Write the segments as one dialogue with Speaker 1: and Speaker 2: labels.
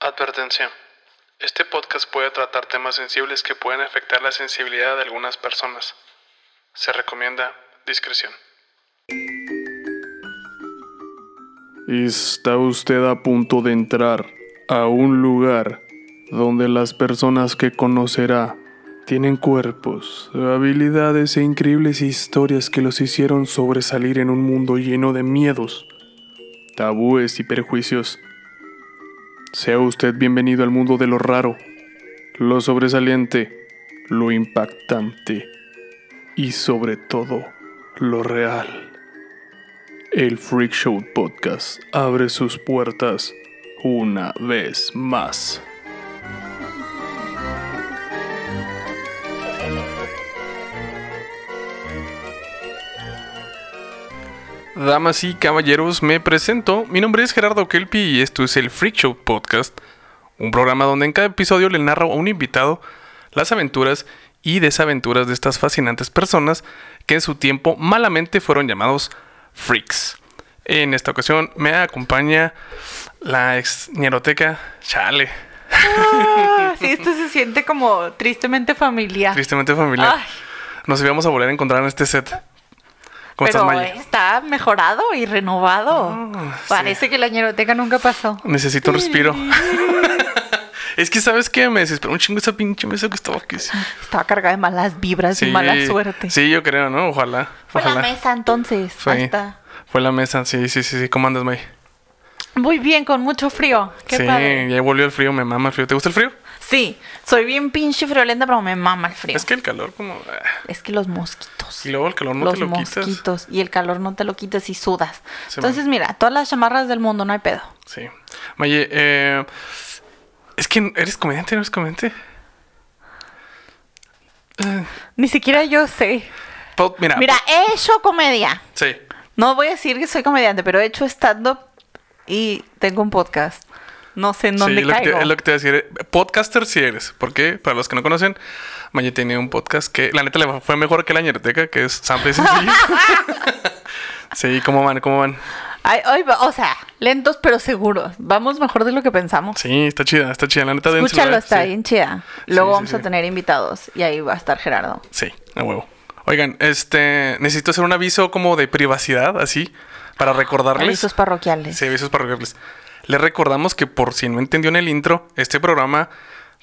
Speaker 1: Advertencia. Este podcast puede tratar temas sensibles que pueden afectar la sensibilidad de algunas personas. Se recomienda discreción. Está usted a punto de entrar a un lugar donde las personas que conocerá tienen cuerpos, habilidades e increíbles historias que los hicieron sobresalir en un mundo lleno de miedos, tabúes y perjuicios. Sea usted bienvenido al mundo de lo raro, lo sobresaliente, lo impactante y sobre todo lo real. El Freak Show Podcast abre sus puertas una vez más. Damas y caballeros, me presento. Mi nombre es Gerardo Kelpi y esto es el Freak Show Podcast, un programa donde en cada episodio le narro a un invitado las aventuras y desaventuras de estas fascinantes personas que en su tiempo malamente fueron llamados freaks. En esta ocasión me acompaña la ex ñeroteca Chale,
Speaker 2: Ah, sí, esto se siente como tristemente familiar.
Speaker 1: tristemente familiar.
Speaker 2: Ay.
Speaker 1: Nos íbamos a volver a encontrar en este set. ¿Cómo estás,
Speaker 2: pero
Speaker 1: Maya?
Speaker 2: está mejorado y renovado.
Speaker 1: Ah,
Speaker 2: Parece que la ñeroteca nunca pasó.
Speaker 1: Necesito un respiro. es que, ¿sabes qué? Me desesperó un chingo esa pinche mesa que estaba aquí. Sí.
Speaker 2: Estaba cargada de malas vibras y mala suerte.
Speaker 1: Sí, yo creo, ¿no? Ojalá.
Speaker 2: Fue la
Speaker 1: ojalá.
Speaker 2: mesa entonces.
Speaker 1: Fue,
Speaker 2: Ahí está.
Speaker 1: fue la mesa, sí, sí, sí, sí. ¿Cómo andas, May?
Speaker 2: Muy bien, con mucho frío. Qué
Speaker 1: sí,
Speaker 2: padre.
Speaker 1: ya volvió el frío, me mama el frío. ¿Te gusta el frío?
Speaker 2: Sí, soy bien pinche friolenta, pero me mama el frío.
Speaker 1: Es que el calor como... ah,
Speaker 2: Es que los mosquitos.
Speaker 1: Y luego el calor no
Speaker 2: los
Speaker 1: te lo
Speaker 2: mosquitos.
Speaker 1: quitas.
Speaker 2: Y el calor no te lo quitas y sudas.
Speaker 1: Sí,
Speaker 2: Entonces, mira, todas las chamarras del mundo, no hay pedo.
Speaker 1: Sí. Maye, eh, es que eres comediante, ¿no eres comediante? Eh,
Speaker 2: Ni siquiera yo sé.
Speaker 1: Pau, mira.
Speaker 2: Mira, he hecho comedia.
Speaker 1: Sí.
Speaker 2: No voy a decir que soy comediante, pero he hecho stand-up y tengo un podcast. No sé en dónde
Speaker 1: sí, Lo que,
Speaker 2: caigo.
Speaker 1: te- es lo que te iba a decir. eh, Podcaster sí eres. Porque, para los que no conocen, Maya tiene un podcast que la neta le fue mejor que la ñeroteca, que es Sample y Sencillo. sí, ¿cómo van? ¿Cómo van?
Speaker 2: Ay, ay, va- o sea, lentos pero seguros. Vamos mejor de lo que pensamos.
Speaker 1: Sí, está chida, está chida. La neta de
Speaker 2: Escúchalo, está bien chida.
Speaker 1: Sí,
Speaker 2: Luego
Speaker 1: sí,
Speaker 2: vamos
Speaker 1: sí.
Speaker 2: a tener invitados y ahí va a estar Gerardo.
Speaker 1: Sí, a huevo. Oigan, este, necesito hacer un aviso como de privacidad, así, para recordarles.
Speaker 2: Avisos parroquiales.
Speaker 1: Sí, avisos parroquiales. Les recordamos que por si no entendió en el intro, este programa,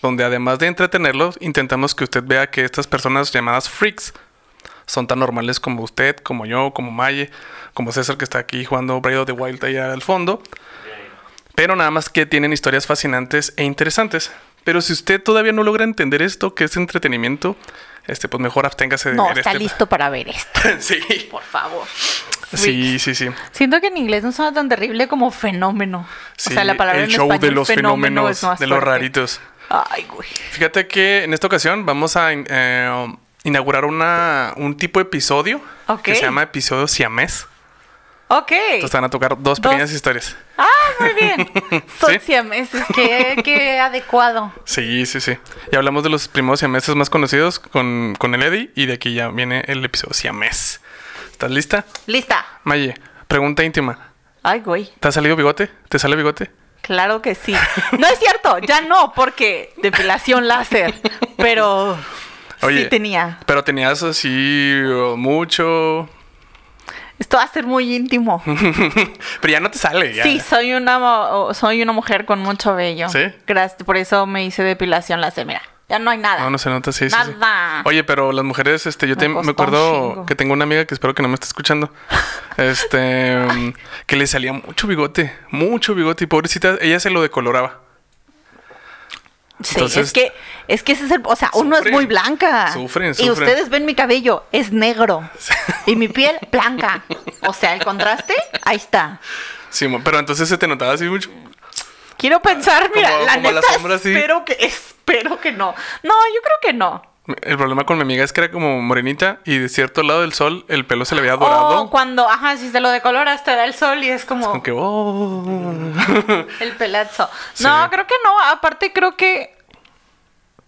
Speaker 1: donde además de entretenerlos, intentamos que usted vea que estas personas llamadas freaks son tan normales como usted, como yo, como Maye, como César que está aquí jugando Breath of the Wild allá al fondo. Pero nada más que tienen historias fascinantes e interesantes. Pero si usted todavía no logra entender esto, que es entretenimiento, este, pues mejor absténgase de
Speaker 2: no,
Speaker 1: ver
Speaker 2: está
Speaker 1: este-
Speaker 2: listo para ver esto,
Speaker 1: sí,
Speaker 2: por favor.
Speaker 1: sí, sí, sí.
Speaker 2: Siento que en inglés no suena tan terrible como fenómeno. o
Speaker 1: Sí,
Speaker 2: sea, la palabra
Speaker 1: el
Speaker 2: en
Speaker 1: show
Speaker 2: español,
Speaker 1: de los
Speaker 2: fenómeno
Speaker 1: fenómenos,
Speaker 2: es más
Speaker 1: de los
Speaker 2: fuerte.
Speaker 1: raritos.
Speaker 2: Ay, güey.
Speaker 1: Fíjate que en esta ocasión vamos a in- eh, inaugurar una, un tipo de episodio
Speaker 2: Ok.
Speaker 1: que se llama episodio siamés.
Speaker 2: Ok.
Speaker 1: Entonces van a tocar dos
Speaker 2: Dos.
Speaker 1: pequeñas historias.
Speaker 2: Ah, muy bien. Son
Speaker 1: ¿Sí?
Speaker 2: siameses, qué, qué adecuado.
Speaker 1: Sí, sí, sí. Ya hablamos de los primeros siameses más conocidos con, con el Eddie y de aquí ya viene el episodio siamés. ¿Estás lista?
Speaker 2: Lista.
Speaker 1: Maye, pregunta íntima.
Speaker 2: Ay, güey.
Speaker 1: ¿Te ha salido bigote? ¿Te sale bigote?
Speaker 2: Claro que sí. No es cierto, ya no, porque depilación láser. Pero sí tenía.
Speaker 1: Pero tenías así oh, mucho.
Speaker 2: Esto va a ser muy íntimo.
Speaker 1: pero ya no te sale. Ya.
Speaker 2: Sí, soy una, mo- soy una mujer con mucho vello.
Speaker 1: ¿Sí?
Speaker 2: Gracias, por eso me hice depilación láser. Mira, ya no hay nada.
Speaker 1: No, no se nota, sí, sí, sí.
Speaker 2: Nada.
Speaker 1: Oye, pero las mujeres, este, yo
Speaker 2: Me
Speaker 1: te- me,
Speaker 2: costó un
Speaker 1: acuerdo
Speaker 2: chingo.
Speaker 1: que tengo una amiga que espero que no me esté escuchando. Este, mm, que le salía mucho bigote, mucho bigote y pobrecita, ella se lo decoloraba.
Speaker 2: Sí,
Speaker 1: entonces-
Speaker 2: es que, es que ese es el. O sea, uno es
Speaker 1: Sufren.
Speaker 2: muy blanca.
Speaker 1: Sufren,
Speaker 2: Y
Speaker 1: sufren.
Speaker 2: ustedes ven mi cabello, es negro. Y mi piel, blanca. O sea, el contraste, ahí está.
Speaker 1: Sí, mo- pero entonces se te notaba así mucho.
Speaker 2: Quiero pensar, mira,
Speaker 1: Como-
Speaker 2: la
Speaker 1: como la
Speaker 2: neta
Speaker 1: sombra, sí.
Speaker 2: espero que espero que no. No, yo creo que no.
Speaker 1: El problema con mi amiga es que era como morenita y de cierto lado del sol el pelo se le veía
Speaker 2: O
Speaker 1: dorado.
Speaker 2: cuando, ajá, si se lo decoloras te da el sol y es como
Speaker 1: Como que, oh.
Speaker 2: el pelazo.
Speaker 1: Sí.
Speaker 2: No, creo que no. Aparte creo que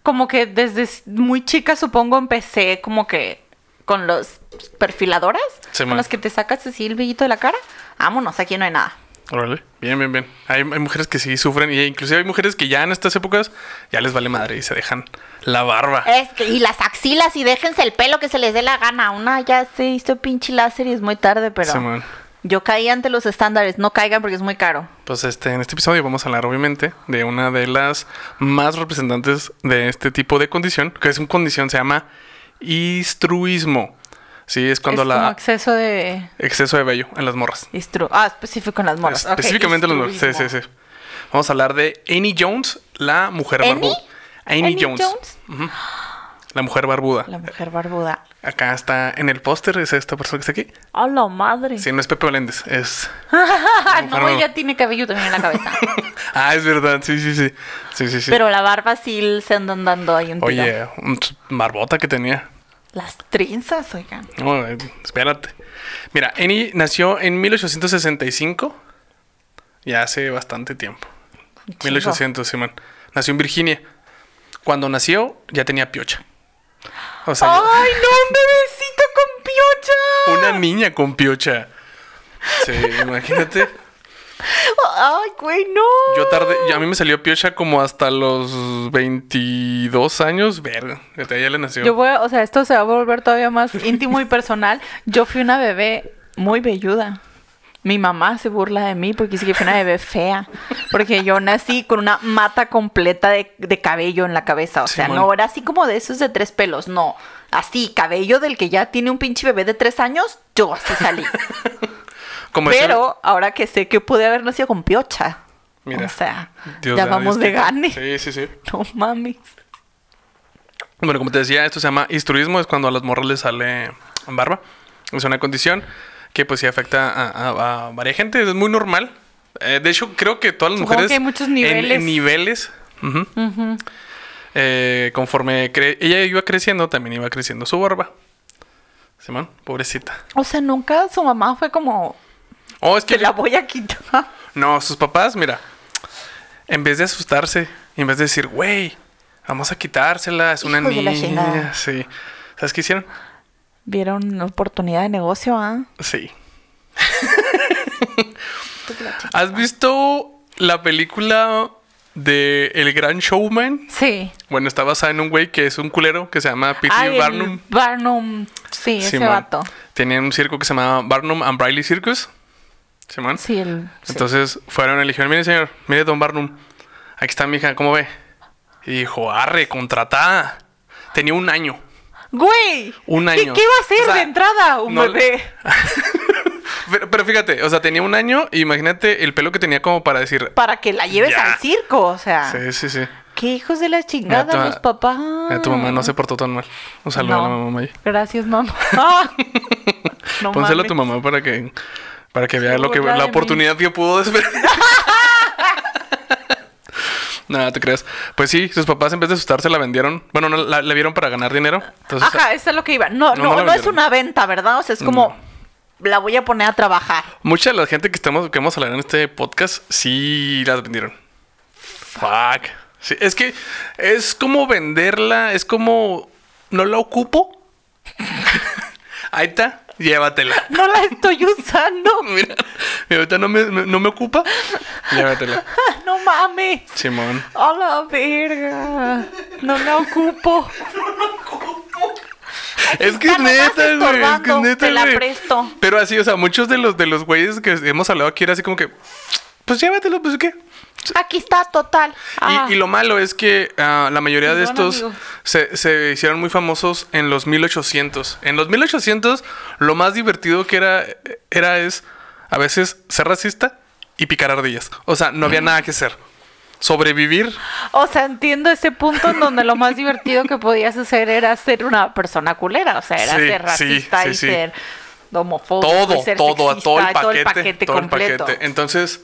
Speaker 2: como que desde s- muy chica supongo empecé como que con los perfiladoras,
Speaker 1: Sí,
Speaker 2: con
Speaker 1: man.
Speaker 2: los que te sacas así el vellito de la cara. Vámonos, aquí no hay nada.
Speaker 1: Órale. Bien, bien, bien. Hay, hay mujeres que sí sufren y inclusive hay mujeres que ya en estas épocas ya les vale madre y se dejan la barba.
Speaker 2: Eh,
Speaker 3: Es que- y las axilas y déjense el pelo que se les dé la gana. Una ya se hizo pinche láser y es muy tarde, pero
Speaker 1: Simón.
Speaker 3: yo caí ante los estándares. No caigan porque es muy caro.
Speaker 1: Pues este, en este episodio vamos a hablar obviamente de una de las más representantes de este tipo de condición, que es una condición se llama histruismo. Sí, es cuando
Speaker 2: es como
Speaker 1: la
Speaker 2: exceso de
Speaker 1: exceso de vello en las morras.
Speaker 2: estru- Ah, específico en las morras. Ok,
Speaker 1: Específicamente en las morras. Sí, sí,
Speaker 2: estruismo.
Speaker 1: sí. Vamos a hablar de Annie Jones, la mujer
Speaker 3: ¿Annie?
Speaker 1: barbuda. Annie,
Speaker 3: ¿Annie
Speaker 1: Jones.
Speaker 3: Jones?
Speaker 1: Ujú. La mujer barbuda.
Speaker 3: La mujer barbuda.
Speaker 1: Acá está en el póster, es esta persona que está aquí.
Speaker 3: ¡A la madre!
Speaker 1: Sí, no es Pepe Beléndez, es
Speaker 2: Ah,
Speaker 1: Mujer
Speaker 2: no,
Speaker 1: barbuda.
Speaker 2: ella tiene cabello también en la cabeza.
Speaker 1: Ah, es verdad, sí, sí, sí. Sí, sí, sí.
Speaker 3: Pero la barba sí se andan dando ahí un tiro.
Speaker 1: Oye, un t- barbota que tenía.
Speaker 3: Las trenzas, oigan.
Speaker 1: No, eh, espérate. Mira, Annie nació en 1865. Ya hace bastante tiempo.
Speaker 3: Un chingo.
Speaker 1: 1800, Simón. Nació en Virginia. Cuando nació, ya tenía piocha. O sea,
Speaker 2: ¡Ay, no, un bebecito con piocha!
Speaker 1: una niña con piocha. Sí, imagínate.
Speaker 3: ¡Ay, güey, no!
Speaker 1: Yo tardé, yo- a mí me salió piocha como hasta los 22 años. Verga, desde allá le nació.
Speaker 2: Yo voy, a- o sea, esto se va a volver todavía más íntimo y personal. Yo fui una bebé muy velluda. Mi mamá se burla de mí porque dice que fui una bebé fea. Porque yo nací con una mata completa de, de cabello en la cabeza. O sea,
Speaker 1: Simón.
Speaker 2: no
Speaker 3: Ahora así como de esos de tres pelos, no. Así, cabello del que ya tiene un pinche bebé de tres años, yo así salí.
Speaker 1: Como decía-
Speaker 2: Pero ahora que sé que pude haber nacido con piocha.
Speaker 1: Mira.
Speaker 2: o sea,
Speaker 1: Dios
Speaker 2: ya
Speaker 1: da,
Speaker 2: vamos
Speaker 1: Dios
Speaker 2: de
Speaker 1: quita.
Speaker 2: gane.
Speaker 1: Sí, sí, sí.
Speaker 2: No mames.
Speaker 1: Bueno, como te decía, esto se llama histruismo, es cuando a las morras les sale barba. Es una condición que pues sí afecta a, a- a varias gente, es muy normal. Eh, de hecho, creo que todas las
Speaker 2: Supongo
Speaker 1: mujeres...
Speaker 2: que hay muchos
Speaker 1: en-
Speaker 2: niveles.
Speaker 1: En, niveles. ujú. Eh, conforme cre- ella iba creciendo, también iba creciendo su barba. Simón, pobrecita.
Speaker 2: O sea, nunca su mamá fue como,
Speaker 1: Oh, es que...
Speaker 2: te la voy a quitar.
Speaker 1: No, sus papás, mira, en vez de asustarse, en vez de decir, güey, vamos a quitársela, es una
Speaker 3: Hijos de la
Speaker 1: niña.
Speaker 3: chingada.
Speaker 1: Sí. ¿Sabes qué hicieron?
Speaker 2: Vieron una oportunidad de negocio, ¿ah?
Speaker 1: Sí. ¿Has visto la película de El Gran Showman?
Speaker 2: Sí.
Speaker 1: Bueno, está basada en un güey que es un culero que se llama P.T.
Speaker 2: Ay, el
Speaker 1: Barnum.
Speaker 2: Barnum. Sí, ese
Speaker 1: Simón.
Speaker 2: vato.
Speaker 1: Tenían un circo que se llamaba Barnum and Briley Circus. Simón.
Speaker 2: Sí, el. sí.
Speaker 1: Entonces fueron y le dijeron, mire señor, mire don Barnum, aquí está mi hija, ¿cómo ve? Y dijo, arre, contratada. Tenía un año.
Speaker 2: ¡Güey!
Speaker 1: Un año.
Speaker 2: ¿Qué, qué iba a ser
Speaker 1: O sea,
Speaker 2: de entrada? Un
Speaker 1: no-
Speaker 2: bebé.
Speaker 1: Pero, pero fíjate, o sea, tenía un año, imagínate el pelo que tenía como para decir...
Speaker 2: Para que la lleves
Speaker 1: Ya.
Speaker 2: al circo, o sea.
Speaker 1: Sí, sí, sí.
Speaker 2: ¡Qué hijos de la
Speaker 1: Mira,
Speaker 2: chingada,
Speaker 1: tu ma-
Speaker 2: los papás!
Speaker 1: mira, tu mamá no se portó tan mal. Un saludo
Speaker 2: No.
Speaker 1: a la mamá. ahí.
Speaker 2: Gracias, mamá. Ah. no
Speaker 1: Pónselo a
Speaker 2: mames.
Speaker 1: tu mamá para que, para que vea
Speaker 2: Se
Speaker 1: lo que,
Speaker 2: burla de
Speaker 1: la
Speaker 2: mí.
Speaker 1: oportunidad que pudo desperdiciar. Nada, te creas. Pues sí, sus papás en vez de asustarse la vendieron. Bueno, no, la, la vieron para ganar dinero. Entonces,
Speaker 2: Ajá, eso es lo que iba. No,
Speaker 1: No,
Speaker 2: no,
Speaker 1: no
Speaker 2: no,
Speaker 1: la
Speaker 2: es
Speaker 1: vendieron.
Speaker 2: una venta, ¿verdad? O sea, es como. La voy a poner a trabajar.
Speaker 1: Mucha de la gente que estamos que hemos hablado en este podcast sí las vendieron. Fuck. Sí, es que es como venderla, es como no la ocupo. Ahí está, llévatela.
Speaker 2: No la estoy usando.
Speaker 1: Mira, mira, ahorita no me, me- no me ocupa. Llévatela.
Speaker 2: no mames.
Speaker 1: Simón.
Speaker 2: A la verga. No la ocupo.
Speaker 1: Es que
Speaker 2: está
Speaker 1: es
Speaker 2: nomás
Speaker 1: neta, güey. Es que es
Speaker 2: estorbando,
Speaker 1: neta,
Speaker 2: te la
Speaker 1: güey.
Speaker 2: presto.
Speaker 1: Pero así, o sea, muchos de los de los güeyes que hemos hablado aquí era así como que. Pues llévatelo, pues qué.
Speaker 3: Aquí está, total.
Speaker 2: Ah.
Speaker 1: Y, y lo malo es que ah, la mayoría de
Speaker 2: Perdón,
Speaker 1: estos
Speaker 2: amigo.
Speaker 1: se, se hicieron muy famosos en los 1800. En los 1800 lo más divertido que era, era es a veces ser racista y picar ardillas. O sea, no había
Speaker 2: Mm.
Speaker 1: nada que hacer. Sobrevivir.
Speaker 2: Ah, O sea, entiendo ese punto en donde lo más divertido que podías hacer era ser una persona culera. O sea, era
Speaker 1: Sí,
Speaker 2: ser
Speaker 1: sí,
Speaker 2: racista
Speaker 1: sí,
Speaker 2: y
Speaker 1: sí.
Speaker 2: ser homofóbico.
Speaker 1: todo,
Speaker 2: y pues, ser
Speaker 1: todo, a
Speaker 2: sexista,
Speaker 1: todo el paquete.
Speaker 2: todo el paquete
Speaker 1: todo el
Speaker 2: completo.
Speaker 1: paquete. Entonces,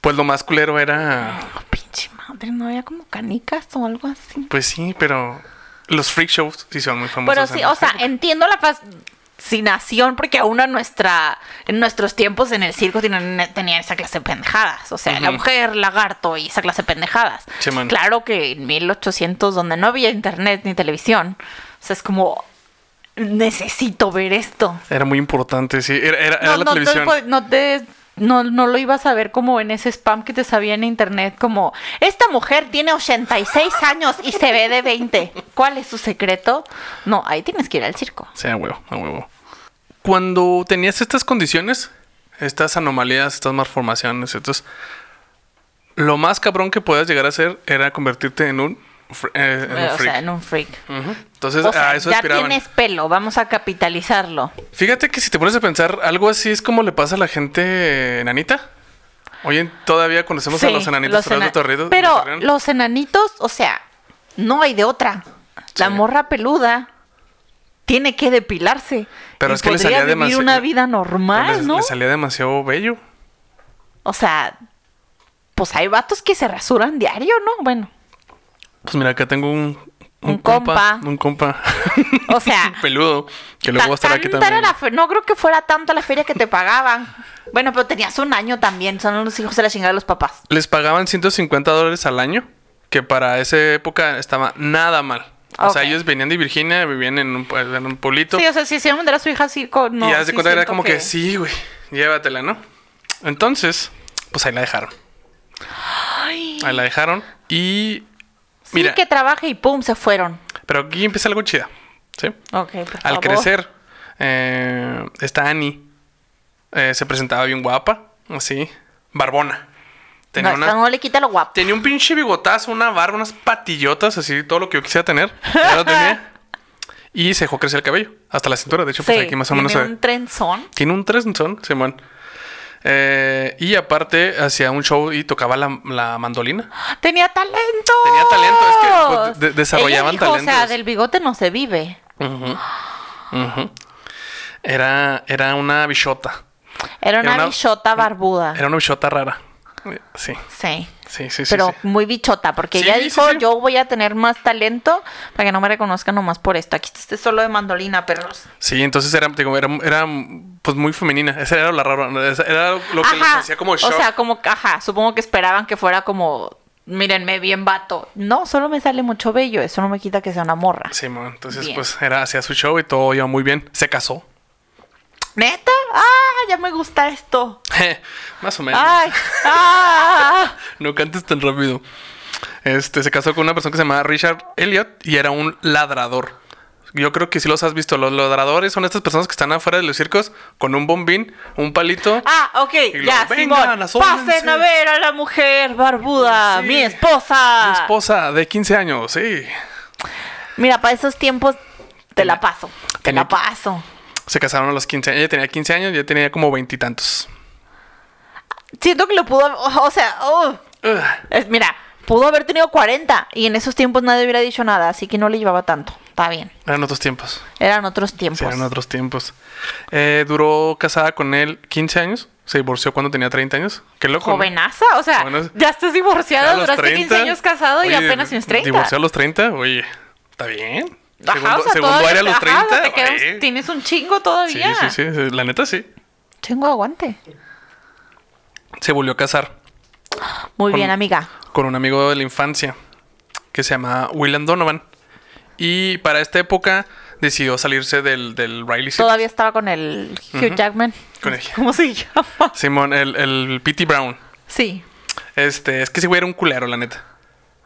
Speaker 1: pues lo más culero era...
Speaker 2: Oh, pinche madre, no había como canicas o algo así.
Speaker 1: Pues sí, pero los freak shows sí son muy famosos.
Speaker 3: Pero sí,
Speaker 1: en-
Speaker 3: o sea, entiendo la fascinación porque aún en, nuestra, en nuestros tiempos en el circo tenían, tenían esa clase de pendejadas. O sea, la
Speaker 1: Ujú.
Speaker 3: mujer, lagarto y esa clase de pendejadas.
Speaker 1: Sí, man.
Speaker 3: claro que en 1800, donde no había internet ni televisión, o sea, es como, necesito ver esto.
Speaker 1: Era muy importante, sí. Era, era- era la
Speaker 2: no,
Speaker 1: televisión.
Speaker 2: Te, po- no te no, no lo ibas a ver como en ese spam que te sabía en internet, como, esta mujer tiene 86 años y se ve de 20. ¿Cuál es su secreto? No, ahí tienes que ir al circo.
Speaker 1: Sí, a huevo, a huevo. Cuando tenías estas condiciones, estas anomalías, estas malformaciones, estas... Lo más cabrón que podías llegar a hacer era convertirte en un... fr- eh, en un
Speaker 2: o sea,
Speaker 1: freak.
Speaker 2: en un freak.
Speaker 1: Ujú. Entonces,
Speaker 2: O sea,
Speaker 1: a eso
Speaker 2: ya
Speaker 1: aspiraban.
Speaker 2: tienes pelo, vamos a capitalizarlo.
Speaker 1: Fíjate que si te pones a pensar, algo así es como le pasa a la gente enanita. Hoy en- todavía conocemos a
Speaker 2: Sí,
Speaker 1: los enanitos
Speaker 2: los
Speaker 1: tras de
Speaker 2: ena-
Speaker 1: torrido- de
Speaker 2: Pero
Speaker 1: torreón.
Speaker 2: los enanitos, o sea, no hay de otra. La
Speaker 1: Sí.
Speaker 2: morra peluda tiene que depilarse.
Speaker 1: Pero
Speaker 2: Y
Speaker 1: es que le
Speaker 2: podría
Speaker 1: salía
Speaker 2: vivir
Speaker 1: demasi-
Speaker 2: una vida
Speaker 1: Pero
Speaker 2: normal,
Speaker 1: les-
Speaker 2: ¿no?
Speaker 1: les salía demasiado bello.
Speaker 2: O sea, pues hay vatos que se rasuran diario, ¿no? Bueno,
Speaker 1: Pues mira, acá tengo un,
Speaker 2: Un compa.
Speaker 1: Un compa.
Speaker 2: o sea,
Speaker 1: Peludo. Que luego va a estar aquí
Speaker 2: tanta era
Speaker 1: también.
Speaker 2: la fe- no creo que fuera tanta la feria que te pagaban. Bueno, pero tenías un año también, son los hijos de la chingada de los papás.
Speaker 1: Les pagaban 150 dólares al año. Que para esa época estaba nada mal. O sea,
Speaker 2: Ok.
Speaker 1: ellos venían de Virginia, vivían en un, pue- en un pueblito.
Speaker 2: Sí, o sea, si hicieron mandar a su hija al circo, no.
Speaker 1: y haz de
Speaker 2: sí
Speaker 1: cuenta era
Speaker 2: siento
Speaker 1: como que... sí, güey, llévatela, ¿no? Entonces, pues ahí la dejaron. Ahí la dejaron. Y.
Speaker 2: Sí,
Speaker 1: Mira,
Speaker 2: que trabaje y pum, se fueron.
Speaker 1: pero aquí empieza algo chida. ¿Sí?
Speaker 2: Ok, pues, por
Speaker 1: Al
Speaker 2: favor.
Speaker 1: crecer, eh, esta Annie eh, se presentaba bien guapa, así, barbona. Tenía,
Speaker 2: no,
Speaker 1: una-
Speaker 2: esto no le quita lo guapo.
Speaker 1: tenía un pinche bigotazo, una barba, unas patillotas, así, todo lo que yo quisiera tener. Ya lo tenía. Y se dejó crecer el cabello, hasta la cintura. De hecho, pues
Speaker 2: Sí,
Speaker 1: aquí más o menos se
Speaker 2: tiene
Speaker 1: ve.
Speaker 2: un trenzón.
Speaker 1: Tiene un trenzón, Simón. Eh, y aparte, hacía un show y tocaba la, la mandolina.
Speaker 2: Tenía talento.
Speaker 1: Tenía talento, es que, pues, de- desarrollaban
Speaker 2: Ella dijo, O sea,
Speaker 1: talentos.
Speaker 2: del bigote no se vive.
Speaker 1: Ujú. Ujú. Era, era una bichota.
Speaker 2: Era una,
Speaker 1: Era una-
Speaker 2: bichota barbuda.
Speaker 1: Era una bichota rara. Sí,
Speaker 2: Sí.
Speaker 1: sí, sí, sí.
Speaker 2: Pero
Speaker 1: sí.
Speaker 2: muy bichota, porque
Speaker 1: Sí,
Speaker 2: ella
Speaker 1: sí,
Speaker 2: dijo,
Speaker 1: sí.
Speaker 2: yo voy a tener más talento para que no me reconozcan nomás por esto. Aquí está este solo de mandolina, perros.
Speaker 1: Sí, entonces era, digo, era, era, pues muy femenina. Esa era la rara. esa Era lo que les hacía como shock.
Speaker 2: O sea, como, ajá, supongo que esperaban que fuera como, mírenme bien vato. No, solo me sale mucho bello, eso no me quita que sea una morra.
Speaker 1: Sí, mo, entonces
Speaker 2: Bien.
Speaker 1: pues era hacía su show y todo iba muy bien. Se casó.
Speaker 2: ¿Neta? ¡Ah, ya me gusta esto!
Speaker 1: Más o menos.
Speaker 2: ¡Ay! ¡Ah!
Speaker 1: No cantes tan rápido. Este, se casó con una persona que se llamaba Richard Elliot y era un ladrador. Yo creo que sí los has visto. Los ladradores son estas personas que están afuera de los circos con un bombín, un palito.
Speaker 2: Ah, ok,
Speaker 1: luego,
Speaker 2: ya,
Speaker 1: "Vengan,
Speaker 2: Simón,
Speaker 1: asómense".
Speaker 2: pasen a ver a la mujer barbuda,
Speaker 1: Sí.
Speaker 2: mi esposa.
Speaker 1: Mi esposa de 15 años, sí.
Speaker 2: Mira, para esos tiempos te la paso, te
Speaker 1: tenía
Speaker 2: la
Speaker 1: que-
Speaker 2: paso.
Speaker 1: Se casaron a los 15 años. Ella tenía 15 años, ya tenía como veintitantos.
Speaker 2: Siento que lo pudo, o, o sea, oh,
Speaker 1: Ugh.
Speaker 2: es- mira, pudo haber tenido 40 y en esos tiempos nadie hubiera dicho nada, así que no le llevaba tanto, está bien.
Speaker 1: Eran otros tiempos.
Speaker 2: Eran otros tiempos.
Speaker 1: Sí, eran otros tiempos. Eh, duró casada con él 15 años. Se divorció cuando tenía 30 años. Qué loco. ¿no?
Speaker 2: Jovenaza, o sea,
Speaker 1: Jovenaza.
Speaker 2: ya estás
Speaker 1: Ya a
Speaker 2: divorciada,
Speaker 1: los
Speaker 2: duraste 15
Speaker 1: 30.
Speaker 2: años casado y
Speaker 1: Oye,
Speaker 2: apenas tienes 30.
Speaker 1: Divorció a los 30, oye, está bien.
Speaker 2: Ajá, o sea,
Speaker 1: segundo
Speaker 2: todavía
Speaker 1: aire a los
Speaker 2: te- ajá,
Speaker 1: 30.
Speaker 2: o sea, te quedas-
Speaker 1: oye.
Speaker 2: tienes un chingo
Speaker 1: sí,
Speaker 2: todavía.
Speaker 1: sí, sí, sí, la neta sí.
Speaker 2: Chingo de aguante.
Speaker 1: Se volvió a casar
Speaker 2: Muy
Speaker 1: Con-
Speaker 2: bien, amiga.
Speaker 1: con un amigo de la infancia que se llama William Donovan. Y para esta época decidió salirse del, del Riley Circus.
Speaker 2: Todavía estaba con el Hugh Jackman.
Speaker 1: Con el-
Speaker 2: ¿Cómo se llama?
Speaker 1: Simón, el, el P.T. Brown.
Speaker 2: Sí.
Speaker 1: Este, es que ese güey era un culero, la neta.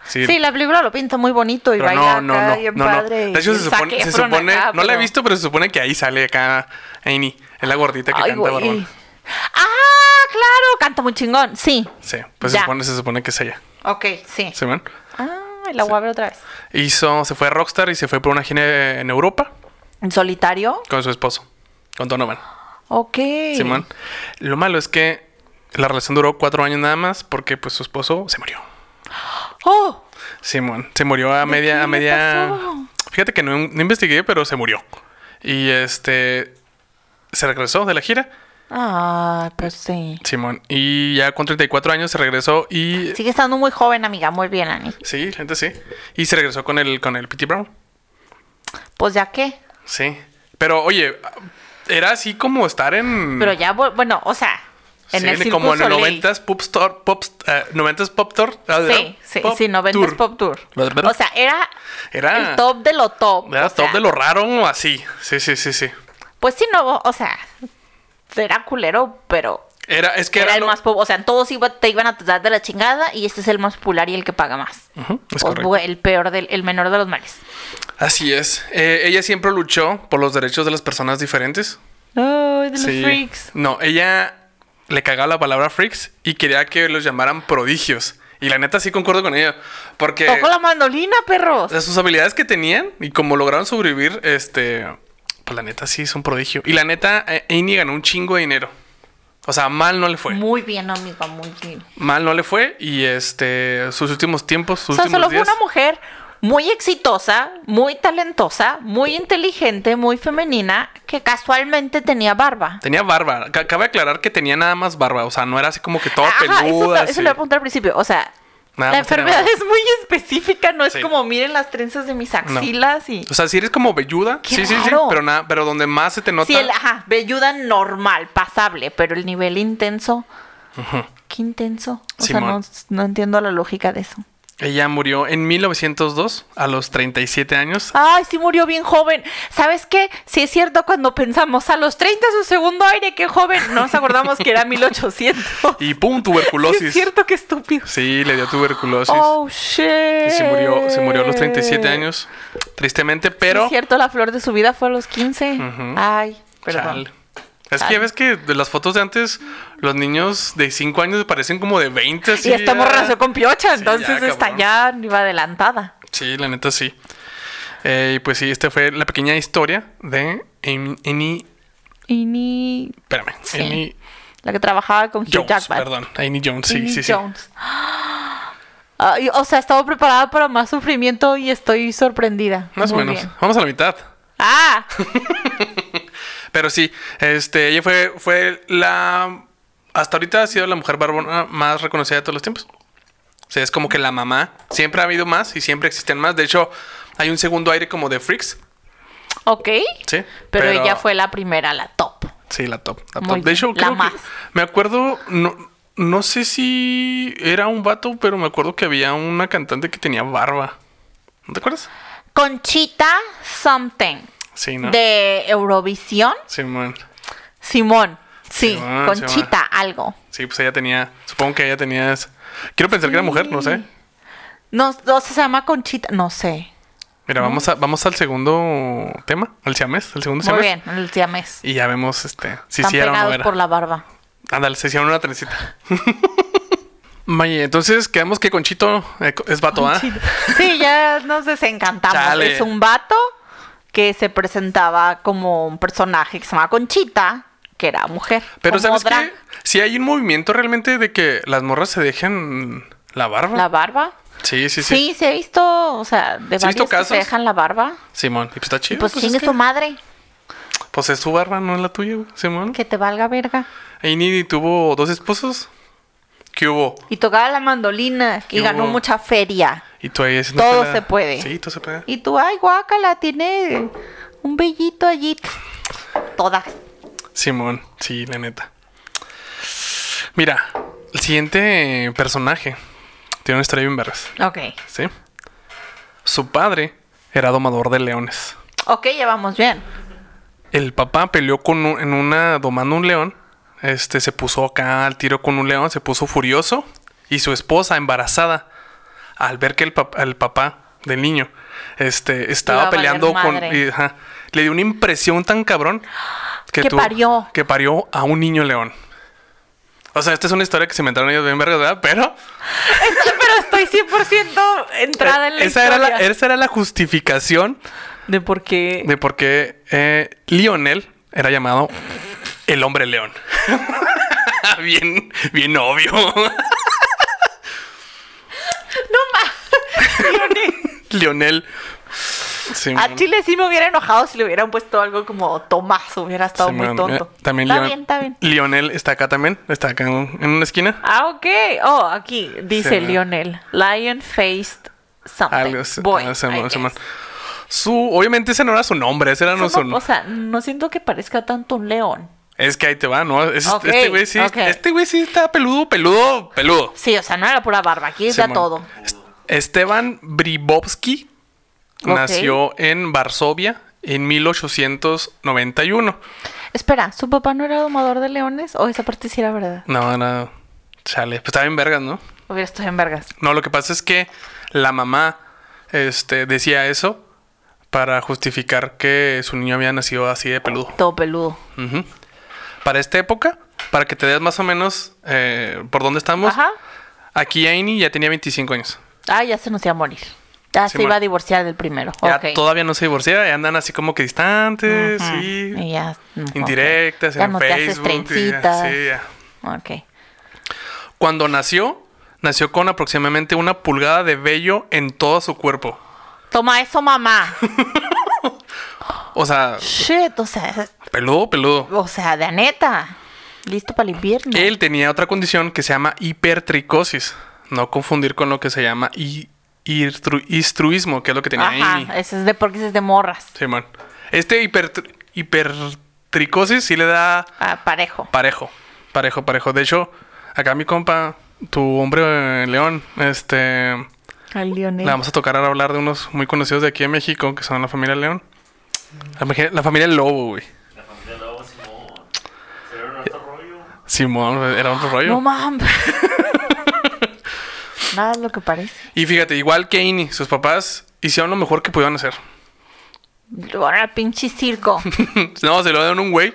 Speaker 2: Sí, la película lo pinta muy bonito y
Speaker 1: Pero
Speaker 2: baila
Speaker 1: no, no,
Speaker 2: acá
Speaker 1: no,
Speaker 2: bien
Speaker 1: no, no.
Speaker 2: padre.
Speaker 1: De hecho,
Speaker 2: y
Speaker 1: se
Speaker 2: el
Speaker 1: supone,
Speaker 2: Zac
Speaker 1: se
Speaker 2: Efron
Speaker 1: supone-
Speaker 2: acá,
Speaker 1: no la he
Speaker 2: pero-
Speaker 1: visto, pero se supone que ahí sale acá Amy. Es la gordita que
Speaker 2: Ay,
Speaker 1: canta
Speaker 2: güey.
Speaker 1: barbón.
Speaker 2: Ah, claro, canta muy chingón. Sí.
Speaker 1: Sí, pues se
Speaker 2: Ya.
Speaker 1: supone, se supone que es ella.
Speaker 2: Ok, sí.
Speaker 1: ¿Sí, man?
Speaker 2: Ah, la voy a ver otra vez.
Speaker 1: Hizo, se fue a Rockstar y se fue por una gira en Europa
Speaker 2: ¿En solitario?
Speaker 1: con su esposo, con Donovan.
Speaker 2: Ok.
Speaker 1: Simón. Lo malo es que la relación duró cuatro años nada más porque pues su esposo se murió.
Speaker 2: Oh,
Speaker 1: Simón. Se murió a
Speaker 2: qué
Speaker 1: media, a
Speaker 2: le
Speaker 1: media.
Speaker 2: pasó?
Speaker 1: Fíjate que no, no investigué, pero se murió. Y este se regresó de la gira.
Speaker 2: ah, pues sí.
Speaker 1: Simón. Y ya con 34 años se regresó y.
Speaker 2: Sigue estando muy joven, amiga. Muy bien, Ani.
Speaker 1: Sí, la neta sí. Y se regresó con el, con el P.T. Brown.
Speaker 2: Pues ya qué.
Speaker 1: Sí. Pero oye, era así como estar en.
Speaker 2: Pero ya, bu- bueno, o sea, en
Speaker 1: Mm. sí,
Speaker 2: el circo
Speaker 1: como en los
Speaker 2: Soleil.
Speaker 1: 90s Pop Store. Pop, eh, 90s Pop Tour.
Speaker 2: Sí, sí, sí, 90
Speaker 1: Tour.
Speaker 2: Pop Tour.
Speaker 1: ¿Verdad?
Speaker 2: O sea, era
Speaker 1: Era-
Speaker 2: el top de lo top.
Speaker 1: Era
Speaker 2: o
Speaker 1: top
Speaker 2: sea,
Speaker 1: de lo raro o así. Sí, sí, sí, sí.
Speaker 2: Pues sí, no, o sea, será culero, pero
Speaker 1: Era, es que
Speaker 2: Era,
Speaker 1: era
Speaker 2: el
Speaker 1: lo-
Speaker 2: más popular. O sea, todos iba- te iban a tratar de la chingada y este es el más popular y el que paga más.
Speaker 1: Ujú, es
Speaker 2: O
Speaker 1: correcto.
Speaker 2: bu- el peor del, el menor de los males.
Speaker 1: Así es. Eh, ella siempre luchó por los derechos de las personas diferentes.
Speaker 2: Ay, de los
Speaker 1: Sí.
Speaker 2: freaks.
Speaker 1: No, ella le cagaba la palabra freaks y quería que los llamaran prodigios. Y la neta sí concuerdo con ella. Porque
Speaker 2: Toco la mandolina, perros.
Speaker 1: de sus habilidades que tenían y como lograron sobrevivir, este. Pues la neta sí es un prodigio. Y la neta, eh, Amy ganó un chingo de dinero. O sea, mal no le fue.
Speaker 2: Muy bien, amiga, muy bien.
Speaker 1: Mal no le fue. Y este. Sus últimos tiempos,
Speaker 2: O
Speaker 1: sus
Speaker 2: sea,
Speaker 1: últimos
Speaker 2: solo
Speaker 1: días.
Speaker 2: fue una mujer muy exitosa, muy talentosa, muy inteligente, muy femenina, que casualmente tenía barba.
Speaker 1: Tenía barba. Ca- Cabe aclarar que tenía nada más barba. O sea, no era así como que todo
Speaker 2: Ajá, eso,
Speaker 1: peluda.
Speaker 2: ta- eso
Speaker 1: así.
Speaker 2: le apunté al principio. O sea,
Speaker 1: Nada
Speaker 2: la
Speaker 1: más tenía
Speaker 2: enfermedad
Speaker 1: barba.
Speaker 2: es muy específica, no es
Speaker 1: Sí.
Speaker 2: como miren las trenzas de mis
Speaker 1: No. Pues,
Speaker 2: axilas y.
Speaker 1: O sea, si eres como velluda,
Speaker 2: Qué
Speaker 1: sí, sí, sí,
Speaker 2: raro.
Speaker 1: pero nada, pero donde más se te nota.
Speaker 2: Sí, el, ajá, velluda normal, pasable, pero el nivel intenso. Qué intenso. O sea, no,
Speaker 1: Simón.
Speaker 2: no entiendo la lógica de eso.
Speaker 1: Ella murió en 1902 a los 37 años.
Speaker 2: Ay, sí murió bien joven. ¿Sabes qué? Sí es cierto, cuando pensamos a los 30 su segundo aire, qué joven. No nos acordamos que era 1800.
Speaker 1: Y pum,
Speaker 2: Sí es
Speaker 1: tuberculosis.
Speaker 2: cierto, qué estúpido.
Speaker 1: Sí, le dio tuberculosis.
Speaker 2: Oh, shit.
Speaker 1: Y se murió, se murió a los 37 años, tristemente,
Speaker 2: Sí
Speaker 1: pero...
Speaker 2: es cierto, la flor de su vida fue a los 15.
Speaker 1: Ujú.
Speaker 2: Ay, perdón.
Speaker 1: Chale. Es que
Speaker 2: Chale.
Speaker 1: ya ves que de las fotos de antes, los niños de 5 años parecen como de 20. así,
Speaker 2: y esta
Speaker 1: ya.
Speaker 2: morra nació con piocha,
Speaker 1: Sí,
Speaker 2: entonces
Speaker 1: ya,
Speaker 2: está
Speaker 1: cabrón.
Speaker 2: ya iba adelantada.
Speaker 1: Sí, la neta sí. Eh, y pues sí, esta fue la pequeña historia de Amy... Amy-
Speaker 2: Y ni
Speaker 1: espérame,
Speaker 2: Sí.
Speaker 1: Amy
Speaker 2: la que trabajaba con Hugh
Speaker 1: Jones,
Speaker 2: Jackman.
Speaker 1: perdón. Amy Jones, sí,
Speaker 2: Amy
Speaker 1: sí, sí.
Speaker 2: Jones. Ah, y- o sea, estaba preparada para más sufrimiento y estoy sorprendida.
Speaker 1: Más o
Speaker 2: Muy
Speaker 1: menos.
Speaker 2: bien.
Speaker 1: Vamos a la mitad.
Speaker 2: Ah,
Speaker 1: Pero sí, este, ella fue, fue la. Hasta ahorita ha sido la mujer barbona más reconocida de todos los tiempos. O sea, es como que la mamá. Siempre ha habido más y siempre existen más. De hecho, hay un segundo aire como de Freaks.
Speaker 2: ok.
Speaker 1: Sí.
Speaker 2: Pero, ella fue la primera, la top.
Speaker 1: Sí, la top. La
Speaker 2: Muy
Speaker 1: top. De
Speaker 2: bien,
Speaker 1: hecho,
Speaker 2: la
Speaker 1: creo que-
Speaker 2: más.
Speaker 1: me acuerdo. No, no sé si era un vato, pero me acuerdo que había una cantante que tenía barba. ¿No te acuerdas?
Speaker 2: Conchita Something
Speaker 1: Sí, ¿no?
Speaker 2: de Eurovisión.
Speaker 1: Simón.
Speaker 2: Simón. Sí,
Speaker 1: Simón,
Speaker 2: Conchita,
Speaker 1: Simón.
Speaker 2: algo.
Speaker 1: Sí, pues ella tenía. Supongo que ella tenía. es- Quiero pensar que era mujer, no sé.
Speaker 2: No, no se llama Conchita, no sé.
Speaker 1: Mira, vamos, a, vamos al segundo tema, al siamés, al segundo
Speaker 2: Muy
Speaker 1: siamés.
Speaker 2: bien, el siamés.
Speaker 1: Y ya vemos este, si
Speaker 2: Están
Speaker 1: sí era o no
Speaker 2: pegados
Speaker 1: era.
Speaker 2: por la barba.
Speaker 1: Ándale, se hicieron una trencita. Maye, entonces quedamos que Conchito eh, es vato, ¿ah?
Speaker 2: Conchita. Sí, ya nos desencantamos.
Speaker 1: Chale.
Speaker 2: Es un vato que se presentaba como un personaje que se llamaba Conchita, que era mujer.
Speaker 1: Pero
Speaker 2: como
Speaker 1: ¿sabes
Speaker 2: drag.
Speaker 1: qué? Si hay un movimiento realmente de que las morras se dejen la barba.
Speaker 2: La barba.
Speaker 1: Sí, sí,
Speaker 2: Sí,
Speaker 1: sí.
Speaker 2: se ha visto, o sea, de
Speaker 1: ¿Sí he visto
Speaker 2: varios que se
Speaker 1: casos?
Speaker 2: dejan la barba.
Speaker 1: Simón, y pues está chido.
Speaker 2: pues,
Speaker 1: pues,
Speaker 2: chingue
Speaker 1: es que-
Speaker 2: su madre,
Speaker 1: pues es su barba, no es la tuya, güey, Simón.
Speaker 2: que te valga verga.
Speaker 1: Aini tuvo dos esposos. ¿Qué hubo?
Speaker 2: Y tocaba la mandolina y
Speaker 1: ¿Qué
Speaker 2: ganó
Speaker 1: hubo?
Speaker 2: mucha feria.
Speaker 1: Y tú ahí haciendo
Speaker 2: Todo
Speaker 1: peda.
Speaker 2: se puede.
Speaker 1: Sí, todo se puede.
Speaker 2: Y tú, ay, guácala, tiene un bellito allí. Todas.
Speaker 1: Simón, sí, la neta. Mira, el siguiente eh, personaje tiene una historia bien vergas,
Speaker 2: Ok.
Speaker 1: ¿sí? Su padre era domador de leones.
Speaker 2: Ok, ya vamos bien.
Speaker 1: El papá peleó con un- en una domando un león. Este se puso acá al tiro con un león, se puso furioso y su esposa embarazada al ver que el, pap- el papá del niño este
Speaker 2: Iba
Speaker 1: estaba
Speaker 2: a valer
Speaker 1: peleando con
Speaker 2: madre.
Speaker 1: y, ajá, le dio una impresión tan cabrón
Speaker 2: Que
Speaker 1: tú-
Speaker 2: parió.
Speaker 1: que parió a un niño león. O sea, esta es una historia que se inventaron ellos bien verga, ¿verdad? Pero
Speaker 2: Pero estoy 100% entrada en la
Speaker 1: esa era
Speaker 2: historia.
Speaker 1: la, esa era la justificación
Speaker 2: De por qué...
Speaker 1: de por qué eh, Lionel era llamado el hombre león. bien, bien obvio. Lionel. Sí,
Speaker 2: A
Speaker 1: man.
Speaker 2: Chile sí me hubiera enojado si le hubieran puesto algo como Tomás, hubiera estado
Speaker 1: Sí,
Speaker 2: muy
Speaker 1: man.
Speaker 2: tonto.
Speaker 1: Eh, También
Speaker 2: está
Speaker 1: Lion-
Speaker 2: bien, está bien.
Speaker 1: Lionel está acá también. Está acá en una esquina.
Speaker 2: Ah, ok. Oh, aquí dice
Speaker 1: Sí, man.
Speaker 2: Lionel. Lion faced something.
Speaker 1: Algo así.
Speaker 2: Boy,
Speaker 1: Ah, sí, man,
Speaker 2: I
Speaker 1: sí,
Speaker 2: guess.
Speaker 1: man. Su, obviamente ese no era su nombre, ese era no su
Speaker 2: Somos- O sea, no siento que parezca tanto un león.
Speaker 1: Es que ahí te va, ¿no? Es-
Speaker 2: Ok,
Speaker 1: este güey sí,
Speaker 2: ok.
Speaker 1: este güey sí está peludo, peludo, peludo.
Speaker 2: Sí, o sea, no era pura barba. Aquí está
Speaker 1: Simón.
Speaker 2: todo.
Speaker 1: Est- Esteban Bribovsky
Speaker 2: Ok.
Speaker 1: nació en Varsovia en 1891.
Speaker 2: Espera, ¿su papá no era domador de leones? ¿O esa parte sí era verdad?
Speaker 1: No, no. Sale. Pues estaba en vergas, ¿no?
Speaker 2: Hubiera estado en vergas.
Speaker 1: No, lo que pasa es que la mamá este, decía eso para justificar que su niño había nacido así de peludo.
Speaker 2: Todo peludo.
Speaker 1: Ujú. Para esta época, para que te des más o menos eh, por dónde estamos,
Speaker 2: Ajá.
Speaker 1: aquí Aini ya tenía 25 años.
Speaker 2: Ah, ya se nos iba a morir. Ya se
Speaker 1: Simón.
Speaker 2: iba a divorciar del primero.
Speaker 1: Ya
Speaker 2: ok.
Speaker 1: todavía no se divorcia, ya andan así como que distantes
Speaker 2: Ujú.
Speaker 1: y
Speaker 2: Y ya. mm,
Speaker 1: indirectas
Speaker 2: ok. Ya
Speaker 1: en
Speaker 2: no te haces
Speaker 1: Facebook. y ya,
Speaker 2: trencitas.
Speaker 1: sí, ya.
Speaker 2: Ok.
Speaker 1: Cuando nació, nació con aproximadamente una pulgada de vello en todo su cuerpo.
Speaker 2: Toma eso, mamá.
Speaker 1: O sea,
Speaker 2: Shit, o sea,
Speaker 1: peludo, peludo.
Speaker 2: o sea, de neta. Listo para el invierno.
Speaker 1: Él tenía otra condición que se llama hipertricosis. No confundir con lo que se llama hi- hirtru- histruismo, que es lo que tenía ahí.
Speaker 2: Ajá, ese es de porque ese es de morras.
Speaker 1: Simón. Este hipertr- hipertricosis sí le da
Speaker 2: Ah, parejo.
Speaker 1: parejo. Parejo, parejo. De hecho, acá mi compa, tu hombre eh, León, este.
Speaker 2: Al Lionel.
Speaker 1: Le vamos a tocar ahora hablar de unos muy conocidos de aquí en México, que son la familia León. La, mujer- la familia Lobo, güey. Eh, Simón, era otro rollo.
Speaker 2: No mames. Nada es lo que parece.
Speaker 1: y fíjate, igual que Ini, sus papás hicieron lo mejor que pudieron hacer.
Speaker 2: Ahora pinche circo.
Speaker 1: no, se lo dieron a un güey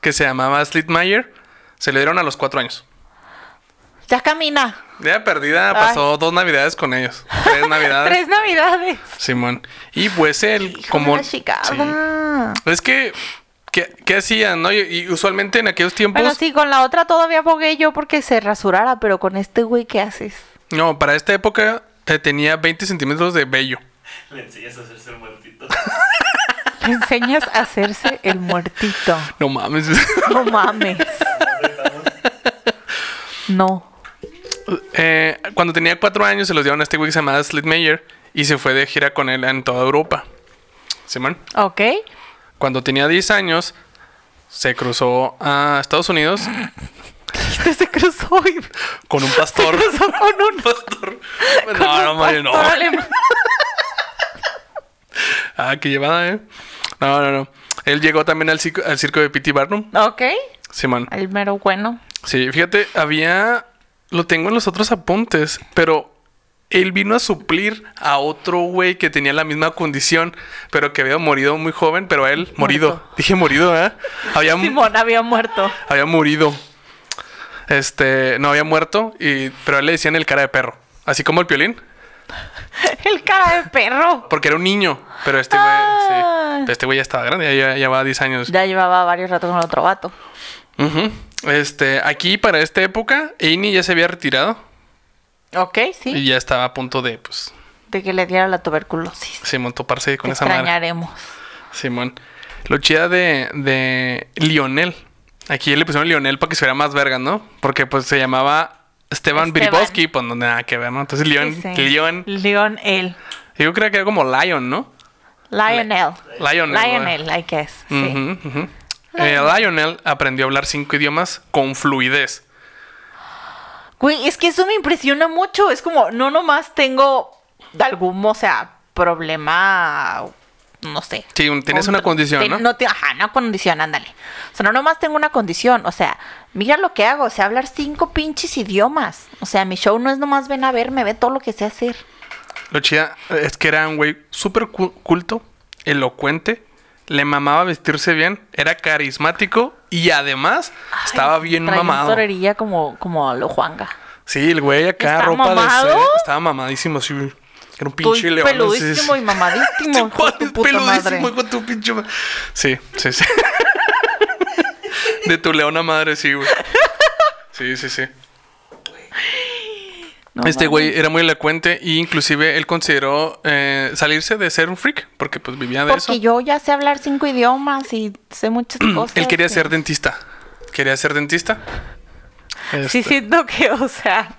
Speaker 1: que se llamaba Slitmeyer. Se le dieron a los cuatro años.
Speaker 2: Ya camina.
Speaker 1: Ya perdida,
Speaker 2: Ay.
Speaker 1: pasó dos navidades con ellos. Tres navidades.
Speaker 2: Tres navidades.
Speaker 1: Simón. Y pues él,
Speaker 2: Hijo
Speaker 1: como.
Speaker 2: de la chingada.
Speaker 1: Sí. Es que. ¿Qué, qué hacían, no? Y, y usualmente en aquellos tiempos.
Speaker 2: Bueno, sí, con la otra todavía abogué yo porque se rasurara, pero con este güey, ¿qué haces?
Speaker 1: No, para esta época eh, tenía 20 centímetros de vello.
Speaker 4: Le enseñas a hacerse el muertito.
Speaker 2: Le enseñas a hacerse el muertito.
Speaker 1: No mames.
Speaker 2: No mames. No.
Speaker 1: Eh, cuando tenía 4 años se los dieron a este güey que se llamaba Slitmeyer y se fue de gira con él en toda Europa. Simón.
Speaker 2: ¿Ok?
Speaker 1: Cuando tenía 10 años se cruzó a Estados Unidos
Speaker 2: Este se cruzó y
Speaker 1: con un pastor.
Speaker 2: cruzó con un
Speaker 1: pastor. No, no, madre, no.
Speaker 2: pastor alemán.
Speaker 1: Ah, qué llevada, eh. No, no, no. Él llegó también al circo, al circo de P.T. Barnum.
Speaker 2: ¿Ok?
Speaker 1: Simón.
Speaker 2: El mero bueno.
Speaker 1: Sí, fíjate, había. Lo tengo en los otros apuntes, pero él vino a suplir a otro güey que tenía la misma condición, pero que había morido muy joven, pero él morido.
Speaker 2: Muerto.
Speaker 1: Dije morido, ¿eh? Había,
Speaker 2: Mm. Simón había muerto.
Speaker 1: había morido. Este, no había muerto, y, pero a él le decían el cara de perro. Así como el piolín,
Speaker 2: El cara de perro.
Speaker 1: porque era un niño, pero este güey,
Speaker 2: Ah.
Speaker 1: sí. Este güey ya estaba grande, ya, ya va 10 años.
Speaker 2: Ya llevaba varios ratos con el otro vato.
Speaker 1: Ujú. Este, aquí para esta época, Amy ya se había retirado
Speaker 2: ¿Ok?
Speaker 1: y
Speaker 2: Sí.
Speaker 1: ya estaba a punto de, pues,
Speaker 2: De que le diera la tuberculosis.
Speaker 1: Simón, toparse con
Speaker 2: Te
Speaker 1: esa madre.
Speaker 2: extrañaremos.
Speaker 1: Simón. Lo chida de, de Lionel. Aquí le pusieron Lionel para que se viera más verga, ¿no? Porque pues se llamaba Esteban
Speaker 2: Esteban.
Speaker 1: Biribowski, pues no nada que ver, ¿no? Entonces Leon,
Speaker 2: Sí, sí.
Speaker 1: Leon.
Speaker 2: Leon él.
Speaker 1: Yo creo que era como Lion, ¿no?
Speaker 2: Lionel.
Speaker 1: Lionel. ¿no?
Speaker 2: Lionel, I guess. Sí.
Speaker 1: Ujú, ujú. Eh, Lionel aprendió a hablar cinco idiomas con fluidez.
Speaker 2: Güey, es que eso me impresiona mucho. Es como, no nomás tengo algún, o sea, problema, no sé.
Speaker 1: Sí, un- tienes una condición,
Speaker 2: Ten-
Speaker 1: ¿no?
Speaker 2: te- ajá, una condición, ándale. O sea, no nomás tengo una condición. O sea, mira lo que hago. O sea, hablar cinco pinches idiomas. O sea, mi show no es nomás ven a verme, ve todo lo que sé hacer.
Speaker 1: Lo chida eh, es que era un güey súper cu- culto, elocuente, le mamaba vestirse bien, era carismático y además estaba bien
Speaker 2: Trae un
Speaker 1: mamado.
Speaker 2: torería como, como a lo Juanga.
Speaker 1: Sí, el güey acá,
Speaker 2: ¿Está
Speaker 1: ropa
Speaker 2: mamado?
Speaker 1: de ser. Estaba mamadísimo, sí. güey. Era un pinche
Speaker 2: Estoy
Speaker 1: león. así,
Speaker 2: peludísimo
Speaker 1: sí.
Speaker 2: y mamadísimo.
Speaker 1: Sí,
Speaker 2: hijo de tu puta madre.
Speaker 1: peludísimo con tu pinche ma- Sí, sí, sí. de tu leona madre, sí, güey. Sí, sí, sí.
Speaker 2: No
Speaker 1: este
Speaker 2: mames.
Speaker 1: güey era muy elocuente e inclusive él consideró eh, salirse de ser un freak porque pues vivía de
Speaker 2: Porque
Speaker 1: eso.
Speaker 2: yo ya sé hablar cinco idiomas y sé muchas cosas.
Speaker 1: Él quería
Speaker 2: y-
Speaker 1: ser dentista. Quería ser dentista.
Speaker 2: Sí,
Speaker 1: Este,
Speaker 2: siento que, o sea,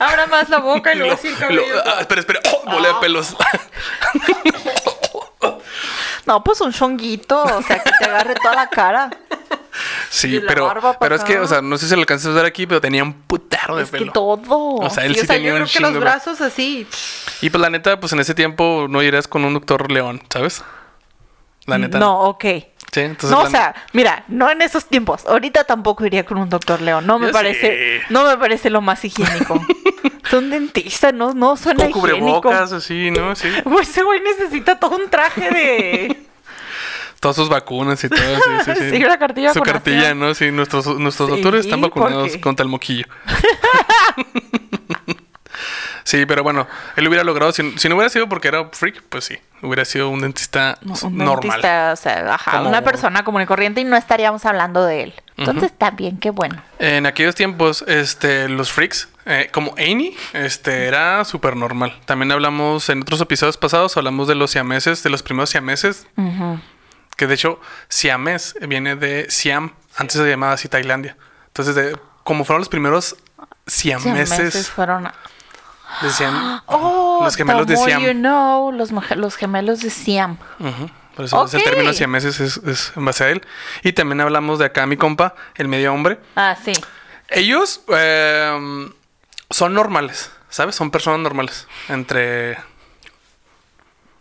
Speaker 2: abra más la boca y luego
Speaker 1: lo-
Speaker 2: sí el
Speaker 1: lo-
Speaker 2: cabello.
Speaker 1: ah, espera, espera. Oh, volé de pelos.
Speaker 2: No, pues un chonguito, o sea, que te agarre toda la cara.
Speaker 1: Pues Sí,
Speaker 2: Y la
Speaker 1: pero,
Speaker 2: barba pa'
Speaker 1: pero es que,
Speaker 2: acá.
Speaker 1: o sea, no sé si lo alcanzas a ver aquí, pero tenía un putaro de
Speaker 2: Es que
Speaker 1: pelo.
Speaker 2: todo.
Speaker 1: O sea, él sí tenía
Speaker 2: yo
Speaker 1: un
Speaker 2: creo que los
Speaker 1: chingo,
Speaker 2: brazos así.
Speaker 1: Y pues la neta, pues en ese tiempo no irías con un doctor león, ¿sabes? La neta.
Speaker 2: No, ok.
Speaker 1: Sí, entonces.
Speaker 2: no,
Speaker 1: la-
Speaker 2: o sea, mira, no en esos tiempos. Ahorita tampoco iría con un doctor Leo. No me
Speaker 1: Ya
Speaker 2: parece,
Speaker 1: sé.
Speaker 2: no me parece lo más higiénico. Son dentistas, no, no suena
Speaker 1: Con
Speaker 2: higiénico.
Speaker 1: cubrebocas, así, ¿no? Sí.
Speaker 2: Güey, ese güey necesita todo un traje de.
Speaker 1: Todas sus vacunas y todo. Sí, sí, sí.
Speaker 2: Sí, la cartilla de
Speaker 1: Su
Speaker 2: vacunación.
Speaker 1: cartilla, ¿no? Sí, nuestros, nuestros
Speaker 2: Sí,
Speaker 1: doctores están vacunados
Speaker 2: porque-
Speaker 1: contra el moquillo. sí, pero bueno, él hubiera logrado. Si, si no hubiera sido porque era freak, pues sí. Hubiera sido un dentista
Speaker 2: No, un
Speaker 1: normal.
Speaker 2: dentista, o sea, ajá,
Speaker 1: Como-
Speaker 2: una persona común y corriente y no estaríamos hablando de él. Entonces está bien, qué bueno.
Speaker 1: En aquellos tiempos, este, los freaks, eh, como Annie, este, era súper normal. También hablamos en otros episodios pasados, hablamos de los siameses, de los primeros siameses, que de hecho siamés viene de Siam, antes se llamaba así Tailandia. Entonces, de- como fueron los primeros siameses,
Speaker 2: meses fueron. a-
Speaker 1: decían
Speaker 2: Oh,
Speaker 1: los gemelos
Speaker 2: the
Speaker 1: de
Speaker 2: more
Speaker 1: Siam.
Speaker 2: you know, los, moj- los gemelos de Siam.
Speaker 1: Ujú. Por eso es el
Speaker 2: Ok.
Speaker 1: término siameses es, es en base a él. Y también hablamos de acá mi compa, el medio hombre.
Speaker 2: Ah, sí.
Speaker 1: Ellos eh, son normales, ¿sabes? Son personas normales. Entre.
Speaker 2: Ah.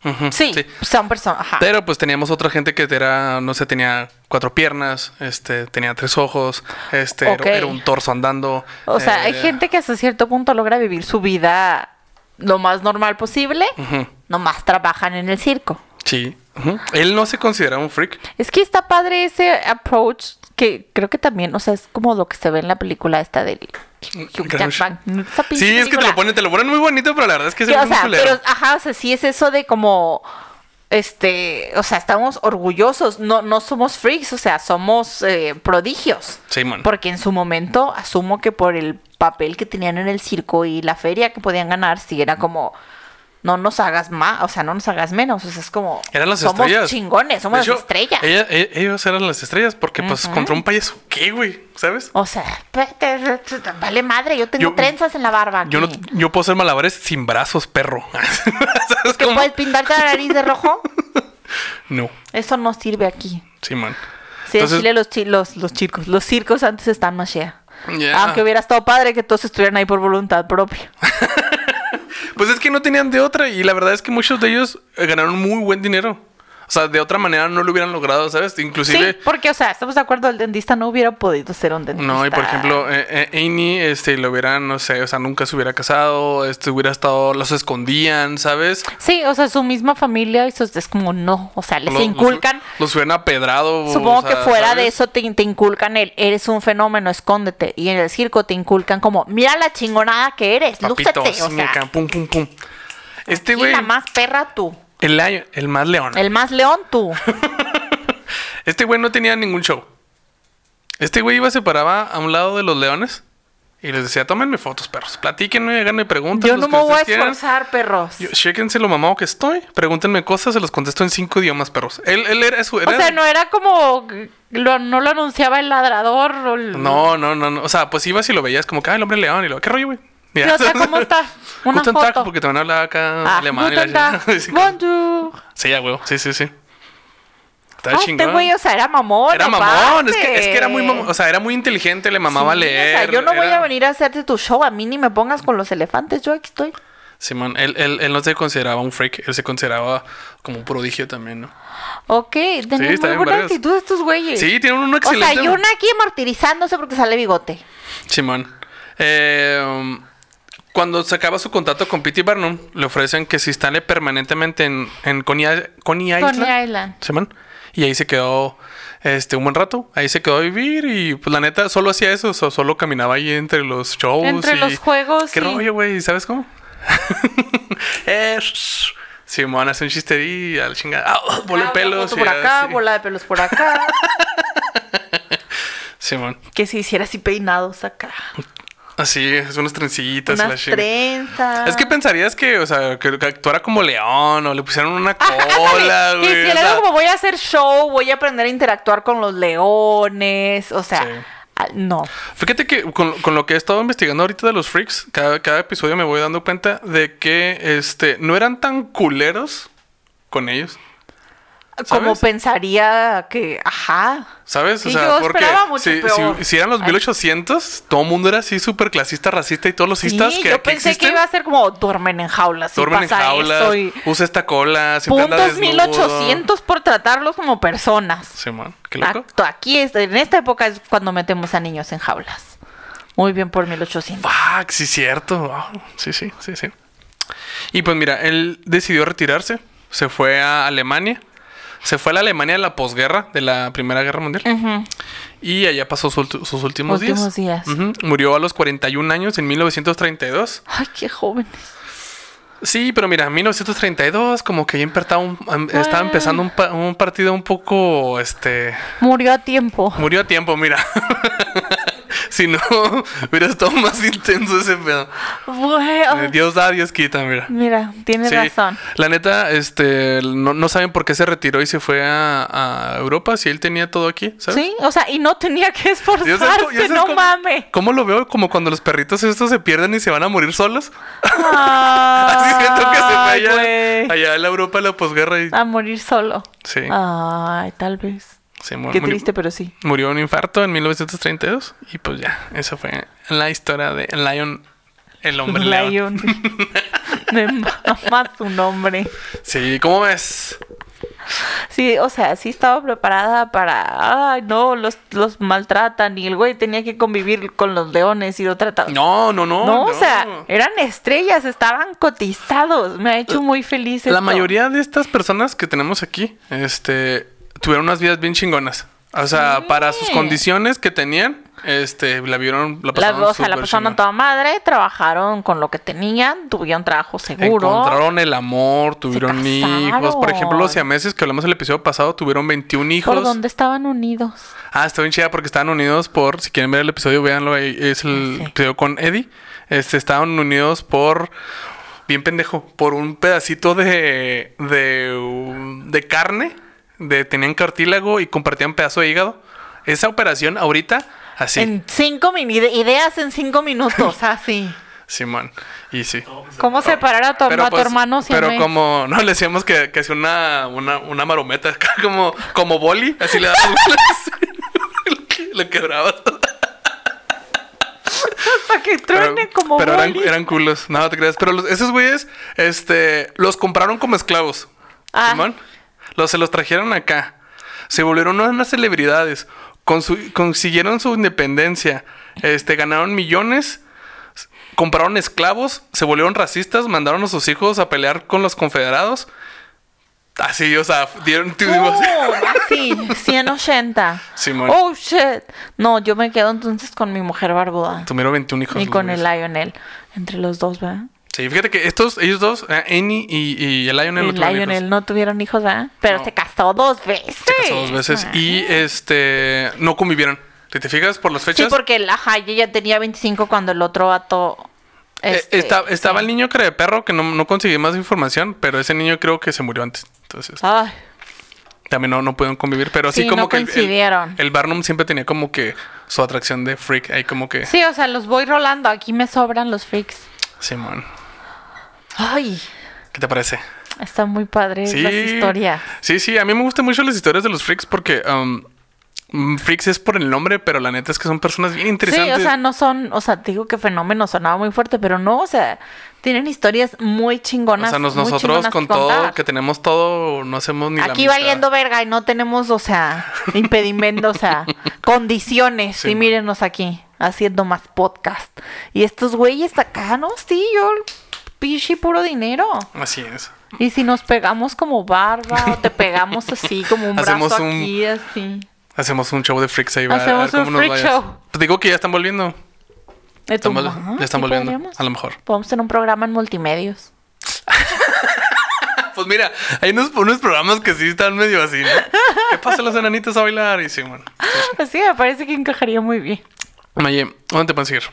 Speaker 1: Ujú,
Speaker 2: Sí, son personas. Ajá.
Speaker 1: Pero pues teníamos otra gente que era, no sé, tenía cuatro piernas, este, tenía tres ojos, este, era-
Speaker 2: Ok.
Speaker 1: era, un torso andando.
Speaker 2: O sea,
Speaker 1: eh,
Speaker 2: hay gente que hasta cierto punto logra vivir su vida lo más normal posible,
Speaker 1: ujú,
Speaker 2: nomás trabajan en el circo.
Speaker 1: Sí. ujú. Él no se considera un freak.
Speaker 2: Es que está padre ese approach que creo que también, o sea, es como lo que se ve en la película esta del
Speaker 1: Gran-
Speaker 2: Jack Bang- esa pinche
Speaker 1: Sí, es que te lo
Speaker 2: película.
Speaker 1: ponen, te lo ponen muy bonito, pero la verdad es que es
Speaker 2: Que, o
Speaker 1: muy
Speaker 2: sea,
Speaker 1: culero.
Speaker 2: pero, ajá, o sea, sí es eso de como, este, o sea, estamos orgullosos, no, no somos freaks, o sea, somos eh, prodigios.
Speaker 1: Sí, mon.
Speaker 2: Porque en su momento, asumo que por el papel que tenían en el circo y la feria que podían ganar, sí era como, no nos hagas más, o sea, no nos hagas menos, o sea, es como,
Speaker 1: Eran las
Speaker 2: somos
Speaker 1: estrellas.
Speaker 2: chingones, somos
Speaker 1: De hecho,
Speaker 2: las estrellas.
Speaker 1: ella- e- ellos eran las estrellas porque, pues,
Speaker 2: Ujú.
Speaker 1: contra un payaso, ¿qué, güey? ¿Sabes?
Speaker 2: O sea, pe- te- te- te- vale madre, yo tengo
Speaker 1: Yo-
Speaker 2: trenzas en la barba. Aquí.
Speaker 1: Yo, no, yo puedo hacer malabares sin brazos, perro. ¿Sabes
Speaker 2: ¿Que
Speaker 1: cómo?
Speaker 2: puedes pintarte la nariz de rojo?
Speaker 1: No,
Speaker 2: Eso no sirve aquí.
Speaker 1: sí, man.
Speaker 2: Sí,
Speaker 1: Entonces-
Speaker 2: en Chile los, chi- los, los circos, los circos antes estaban más chea.
Speaker 1: Ya.
Speaker 2: Aunque hubiera estado padre que todos estuvieran ahí por voluntad propia.
Speaker 1: Pues es que no tenían de otra y la verdad es que muchos de ellos eh, ganaron muy buen dinero. O sea, de otra manera no lo hubieran logrado, ¿sabes? Inclusive...
Speaker 2: Sí, porque, o sea, estamos de acuerdo, el dentista no hubiera podido ser un dentista.
Speaker 1: No, y por ejemplo, eh, eh, Annie, este, lo hubieran, no sé, o sea, nunca se hubiera casado, este, hubiera estado, los escondían, ¿sabes?
Speaker 2: Sí, o sea, su misma familia y sus es como no, o sea, les
Speaker 1: Los- los-
Speaker 2: inculcan.
Speaker 1: Los, hubieran apedrado. o
Speaker 2: Supongo que
Speaker 1: sea,
Speaker 2: fuera de
Speaker 1: ¿sabes?
Speaker 2: eso te, te inculcan el eres un fenómeno, escóndete. Y en el circo te inculcan como, mira la chingonada que eres,
Speaker 1: Papitos,
Speaker 2: lúcete. O
Speaker 1: sí, acá,
Speaker 2: sea,
Speaker 1: pum, pum, pum. Este
Speaker 2: y
Speaker 1: güey,
Speaker 2: la más perra tú,
Speaker 1: el, la- el más león.
Speaker 2: el más león tú.
Speaker 1: Este güey no tenía ningún show. Este güey iba, se paraba a un lado de los leones y les decía, tómenme fotos, perros. Platíquenme, háganme preguntas.
Speaker 2: Yo
Speaker 1: los
Speaker 2: no
Speaker 1: que
Speaker 2: me voy a
Speaker 1: ustedes quieran.
Speaker 2: esforzar, perros.
Speaker 1: Yo, chéquense lo mamado que estoy. Pregúntenme cosas, se los contesto en cinco idiomas, perros. Él, él era su...
Speaker 2: O
Speaker 1: era-
Speaker 2: sea, no era como. lo- no lo anunciaba el ladrador. O el-
Speaker 1: No, no, no, no. O sea, pues ibas y lo veías como que, ah, el hombre león. Y lo, ¿qué rollo, güey? Ya.
Speaker 2: ¿Qué onda? ¿Cómo estás? Una
Speaker 1: Guten
Speaker 2: foto.
Speaker 1: Tag, porque también hablaba acá
Speaker 2: Ah,
Speaker 1: alemán. y la
Speaker 2: guten Tag,
Speaker 1: chingada. Sí, como-
Speaker 2: bonjour.
Speaker 1: Sí, ya, huevo. Sí, sí, sí. Está
Speaker 2: Ah, este güey, o sea, era mamón.
Speaker 1: Era mamón, es que,
Speaker 2: aparte.
Speaker 1: es que era muy mamón, o sea, era muy inteligente, le mamaba
Speaker 2: Sí,
Speaker 1: leer.
Speaker 2: O sea, yo no voy
Speaker 1: era-
Speaker 2: a venir a hacerte tu show. A mí ni me pongas con los elefantes. Yo aquí estoy.
Speaker 1: Simón, él, él, él no se consideraba un freak, él se consideraba como un prodigio también, ¿no?
Speaker 2: Ok, tenían
Speaker 1: está
Speaker 2: muy
Speaker 1: bien,
Speaker 2: buena
Speaker 1: vergas.
Speaker 2: actitud estos güeyes.
Speaker 1: Sí, tienen un
Speaker 2: O sea,
Speaker 1: excelente.
Speaker 2: y una aquí martirizándose porque sale bigote.
Speaker 1: Simón. Eh, um, cuando se acaba su contrato con P.T. Barnum, le ofrecen que se instale permanentemente en, en Coney, I- Coney Island.
Speaker 2: Coney Island.
Speaker 1: Simón. Y ahí se quedó este, un buen rato. Ahí se quedó a vivir y pues la neta solo hacía eso. o sea, solo caminaba ahí entre los shows.
Speaker 2: Entre
Speaker 1: y-
Speaker 2: los juegos
Speaker 1: ¿Qué
Speaker 2: y-
Speaker 1: rollo, güey? ¿Sabes cómo? eh, shh. Simón hace un chiste y al chingada. Ah, bola de
Speaker 2: Ah,
Speaker 1: pelos.
Speaker 2: foto
Speaker 1: y
Speaker 2: por
Speaker 1: ya,
Speaker 2: acá,
Speaker 1: sí.
Speaker 2: bola de pelos por acá.
Speaker 1: Simón.
Speaker 2: que se hiciera así peinados acá.
Speaker 1: Así, es unas trencitas. y la
Speaker 2: Unas
Speaker 1: chingada.
Speaker 2: trenzas.
Speaker 1: Es que pensarías que, o sea, que que actuara como león o le pusieron una
Speaker 2: Ajá,
Speaker 1: cola,
Speaker 2: ándale,
Speaker 1: güey.
Speaker 2: que
Speaker 1: o
Speaker 2: hiciera
Speaker 1: sea,
Speaker 2: algo como voy a hacer show, voy a aprender a interactuar con los leones, o sea,
Speaker 1: Sí.
Speaker 2: ah, no.
Speaker 1: Fíjate que con, con lo que he estado investigando ahorita de los freaks, cada, cada episodio me voy dando cuenta de que este no eran tan culeros con ellos.
Speaker 2: como
Speaker 1: ¿Sabes?
Speaker 2: pensaría que, ajá.
Speaker 1: ¿Sabes? O
Speaker 2: Sí,
Speaker 1: sea,
Speaker 2: yo
Speaker 1: porque
Speaker 2: esperaba mucho
Speaker 1: si,
Speaker 2: peor.
Speaker 1: si- si eran los 1800, todo el mundo era así súper clasista, racista y todos los cistas
Speaker 2: Sí,
Speaker 1: que
Speaker 2: yo
Speaker 1: aquí
Speaker 2: pensé que
Speaker 1: existen,
Speaker 2: iba a ser como duermen en jaulas. y
Speaker 1: duermen en
Speaker 2: pasa
Speaker 1: jaulas,
Speaker 2: esto y
Speaker 1: usa esta cola, siempre anda
Speaker 2: puntos
Speaker 1: desnudo.
Speaker 2: 1800 por tratarlos como personas.
Speaker 1: Simón, qué loco.
Speaker 2: Acto- Aquí, es- en esta época es cuando metemos a niños en jaulas. Muy bien por 1800.
Speaker 1: Fuck, sí, cierto. Ah, sí, sí, sí, sí. Y pues mira, él decidió retirarse. Se fue a Alemania. Se fue a la Alemania de la posguerra, de la Primera Guerra Mundial. Y allá pasó su ulti- sus últimos,
Speaker 2: Últimos días.
Speaker 1: Ujú. Murió a los 41 años en 1932.
Speaker 2: Ay, qué jóvenes.
Speaker 1: Sí, pero mira, en 1932 como que ya empezaba un- em- estaba empezando un, pa- un partido un poco, este,
Speaker 2: Murió a tiempo.
Speaker 1: Murió a tiempo, mira. si no, hubiera estado más intenso ese pedo.
Speaker 2: Bueno,
Speaker 1: Eh, Dios da, Dios quita, mira.
Speaker 2: mira, tienes
Speaker 1: Sí,
Speaker 2: razón.
Speaker 1: La neta, este, no, no saben por qué se retiró y se fue a, a Europa si él tenía todo aquí, ¿sabes?
Speaker 2: Sí, o sea, y no tenía que
Speaker 1: Yo
Speaker 2: esforzarse,
Speaker 1: sé cómo- yo sé
Speaker 2: no
Speaker 1: cómo-
Speaker 2: mames.
Speaker 1: ¿Cómo lo veo? Como cuando los perritos estos se pierden y se van a morir solos. Así
Speaker 2: Así
Speaker 1: siento que se fue allá, allá a la Europa de la posguerra y...
Speaker 2: A morir solo.
Speaker 1: Sí,
Speaker 2: Ay, tal vez.
Speaker 1: sí, mu-
Speaker 2: Ah. Qué
Speaker 1: murió-
Speaker 2: triste, pero sí.
Speaker 1: Murió de un infarto en 1932 y pues ya, esa fue la historia de Lion, el hombre león.
Speaker 2: Lion. Me mama su nombre.
Speaker 1: Sí, ¿cómo ves?
Speaker 2: Sí, o sea, sí estaba preparada para. Ay, no, los, los maltratan. Y el güey tenía que convivir con los leones y lo trataban.
Speaker 1: No, no, no.
Speaker 2: No, o sea, eran estrellas, estaban cotizados. Me ha hecho muy feliz.
Speaker 1: La
Speaker 2: esto.
Speaker 1: mayoría de estas personas que tenemos aquí, este, tuvieron unas vidas bien chingonas. O sea, para sus condiciones que tenían, este, la vieron, la
Speaker 2: La,
Speaker 1: pasaron
Speaker 2: o sea, la
Speaker 1: súper
Speaker 2: persona
Speaker 1: chingón.
Speaker 2: toda madre, trabajaron con lo que tenían, tuvieron trabajo seguro.
Speaker 1: Encontraron el amor, tuvieron hijos. Por ejemplo, los
Speaker 2: casaron.
Speaker 1: siameses que hablamos el episodio pasado tuvieron 21 hijos.
Speaker 2: Por donde estaban unidos.
Speaker 1: Ah, está bien chida porque estaban unidos por, si quieren ver el episodio, véanlo ahí, es el
Speaker 2: Sí.
Speaker 1: episodio con Eddie. Este, estaban unidos por, bien pendejo, por un pedacito de, de, um, de carne, de, tenían cartílago y compartían pedazo de hígado. Esa operación ahorita, así,
Speaker 2: En cinco min- ide- ideas en cinco minutos, así.
Speaker 1: Simón, y sí.
Speaker 2: ¿Cómo separar a tu, a tu
Speaker 1: pues,
Speaker 2: hermano si
Speaker 1: pero
Speaker 2: no es-
Speaker 1: como no le decíamos que, que hacía una, una, una marometa, como, como boli, así le dabas le quebrabas.
Speaker 2: Para que
Speaker 1: Pero,
Speaker 2: truene como
Speaker 1: pero eran,
Speaker 2: boli.
Speaker 1: eran culos. No, te creas. Pero los- esos güeyes, este, los compraron como esclavos.
Speaker 2: Ah.
Speaker 1: Simón. Los, se los trajeron acá. Se volvieron unas celebridades. Con su- consiguieron su independencia. Este, ganaron millones. s- Compraron esclavos. Se volvieron racistas. Mandaron a sus hijos a pelear con los confederados. Así, o sea, dieron...
Speaker 2: ¡Pum! Oh, Así, 180.
Speaker 1: Simón.
Speaker 2: Oh, shit. No, yo me quedo entonces con mi mujer barbuda.
Speaker 1: Tuvieron 21 hijos.
Speaker 2: Y
Speaker 1: los
Speaker 2: con
Speaker 1: güeyes.
Speaker 2: el Lionel. Entre los dos, ¿verdad?
Speaker 1: Sí, fíjate que estos, ellos dos, eh, Annie y, y el Lionel, no
Speaker 2: El
Speaker 1: tuvieron hijos.
Speaker 2: Lionel no tuvieron hijos, ¿verdad? Pero
Speaker 1: No.
Speaker 2: se casó dos veces. Ah.
Speaker 1: Se casó dos veces y este no convivieron. Si te fijas por las
Speaker 2: Sí,
Speaker 1: fechas,
Speaker 2: porque el, ajá, ella tenía 25 cuando el otro vato.
Speaker 1: eh,
Speaker 2: este,
Speaker 1: esta- estaba el niño que era de perro que no, no conseguí más información, pero ese niño creo que se murió antes. Entonces
Speaker 2: Ay,
Speaker 1: también no, no pudieron convivir, pero sí,
Speaker 2: Sí,
Speaker 1: como
Speaker 2: no
Speaker 1: que el- el-
Speaker 2: coincidieron.
Speaker 1: El, Barnum siempre tenía como que su atracción de freak ahí como que
Speaker 2: Sí, o sea, los voy rolando. Aquí me sobran los freaks.
Speaker 1: Simón.
Speaker 2: Ay,
Speaker 1: ¿Qué te parece?
Speaker 2: está muy padre las historias.
Speaker 1: Sí, sí, a mí me gustan mucho las historias de los freaks porque um, mm, freaks es por el nombre, pero la neta es que son personas bien
Speaker 2: Sí,
Speaker 1: interesantes.
Speaker 2: o sea, no son, o sea, te digo que fenómeno sonaba muy fuerte, pero no, o sea, tienen historias muy
Speaker 1: O
Speaker 2: chingonas.
Speaker 1: sea, nos-
Speaker 2: muy
Speaker 1: nosotros
Speaker 2: chingonas
Speaker 1: con
Speaker 2: que
Speaker 1: todo,
Speaker 2: contar.
Speaker 1: que tenemos todo, no hacemos ni la
Speaker 2: Aquí
Speaker 1: mitad.
Speaker 2: valiendo verga y no tenemos, o sea, impedimentos, o sea, condiciones.
Speaker 1: Sí,
Speaker 2: y
Speaker 1: ma.
Speaker 2: mírenos aquí, haciendo más podcast. Y estos güeyes acá, no, sí, yo, pichi puro dinero.
Speaker 1: Así es.
Speaker 2: Y si nos pegamos como barba o te pegamos así, como un
Speaker 1: Hacemos
Speaker 2: brazo
Speaker 1: un-
Speaker 2: aquí, así.
Speaker 1: Hacemos un show de freaks ahí. va, a ver
Speaker 2: Hacemos un
Speaker 1: cómo nos
Speaker 2: freak
Speaker 1: vaya.
Speaker 2: show.
Speaker 1: Te digo que ya están volviendo.
Speaker 2: De tu
Speaker 1: Están vol-
Speaker 2: mamá,
Speaker 1: ya están
Speaker 2: sí
Speaker 1: volviendo.
Speaker 2: podríamos.
Speaker 1: A lo mejor.
Speaker 2: Podemos tener un programa en multimedios.
Speaker 1: Pues mira, hay unos, unos programas que sí están medio así, ¿no? ¿Qué pasa los enanitos a bailar? Y sí, bueno.
Speaker 2: Pues sí, me parece que encajaría muy bien.
Speaker 1: Maye, ¿dónde te pueden seguir?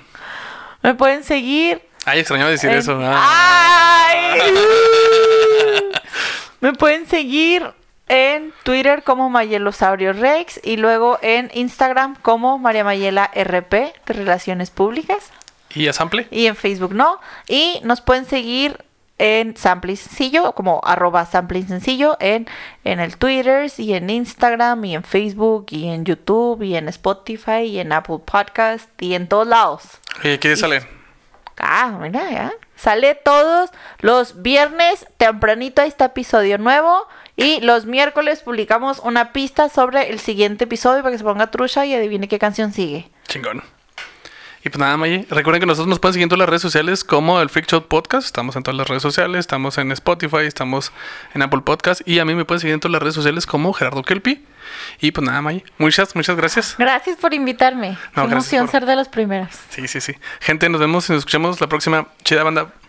Speaker 2: Me pueden seguir.
Speaker 1: Ay, extrañaba decir
Speaker 2: en-
Speaker 1: eso. Ah.
Speaker 2: Eh, ¡Ay! Me pueden seguir en Twitter como Mayelosaurio Rex y luego en Instagram como María Mayela RP de Relaciones Públicas
Speaker 1: ¿Y a Sample?
Speaker 2: y en Facebook no. Y nos pueden seguir en Sampling Sencillo, como arroba Sampling Sencillo, en, en el Twitter y en Instagram y en Facebook y en YouTube y en Spotify y en Apple Podcast y en todos lados.
Speaker 1: Oye, ¿quiénes salen?
Speaker 2: Ah, mira, ya. Sale todos los viernes tempranito, ahí está episodio nuevo. Y los miércoles publicamos una pista sobre el siguiente episodio para que se ponga trucha y adivine qué canción sigue.
Speaker 1: Chingón. Y pues nada, Maye. Recuerden que nosotros nos pueden seguir en todas las redes sociales como el Freak Show Podcast. Estamos en todas las redes sociales. Estamos en Spotify, estamos en Apple Podcast. Y a mí me pueden seguir en todas las redes sociales como Gerardo Kelpi. Y pues nada, Maye. Muchas, muchas gracias.
Speaker 2: Gracias por invitarme.
Speaker 1: No,
Speaker 2: Qué
Speaker 1: gracias
Speaker 2: emoción
Speaker 1: por-
Speaker 2: ser de los primeros.
Speaker 1: Sí, sí, sí. Gente, nos vemos y nos escuchamos la próxima. Chida banda.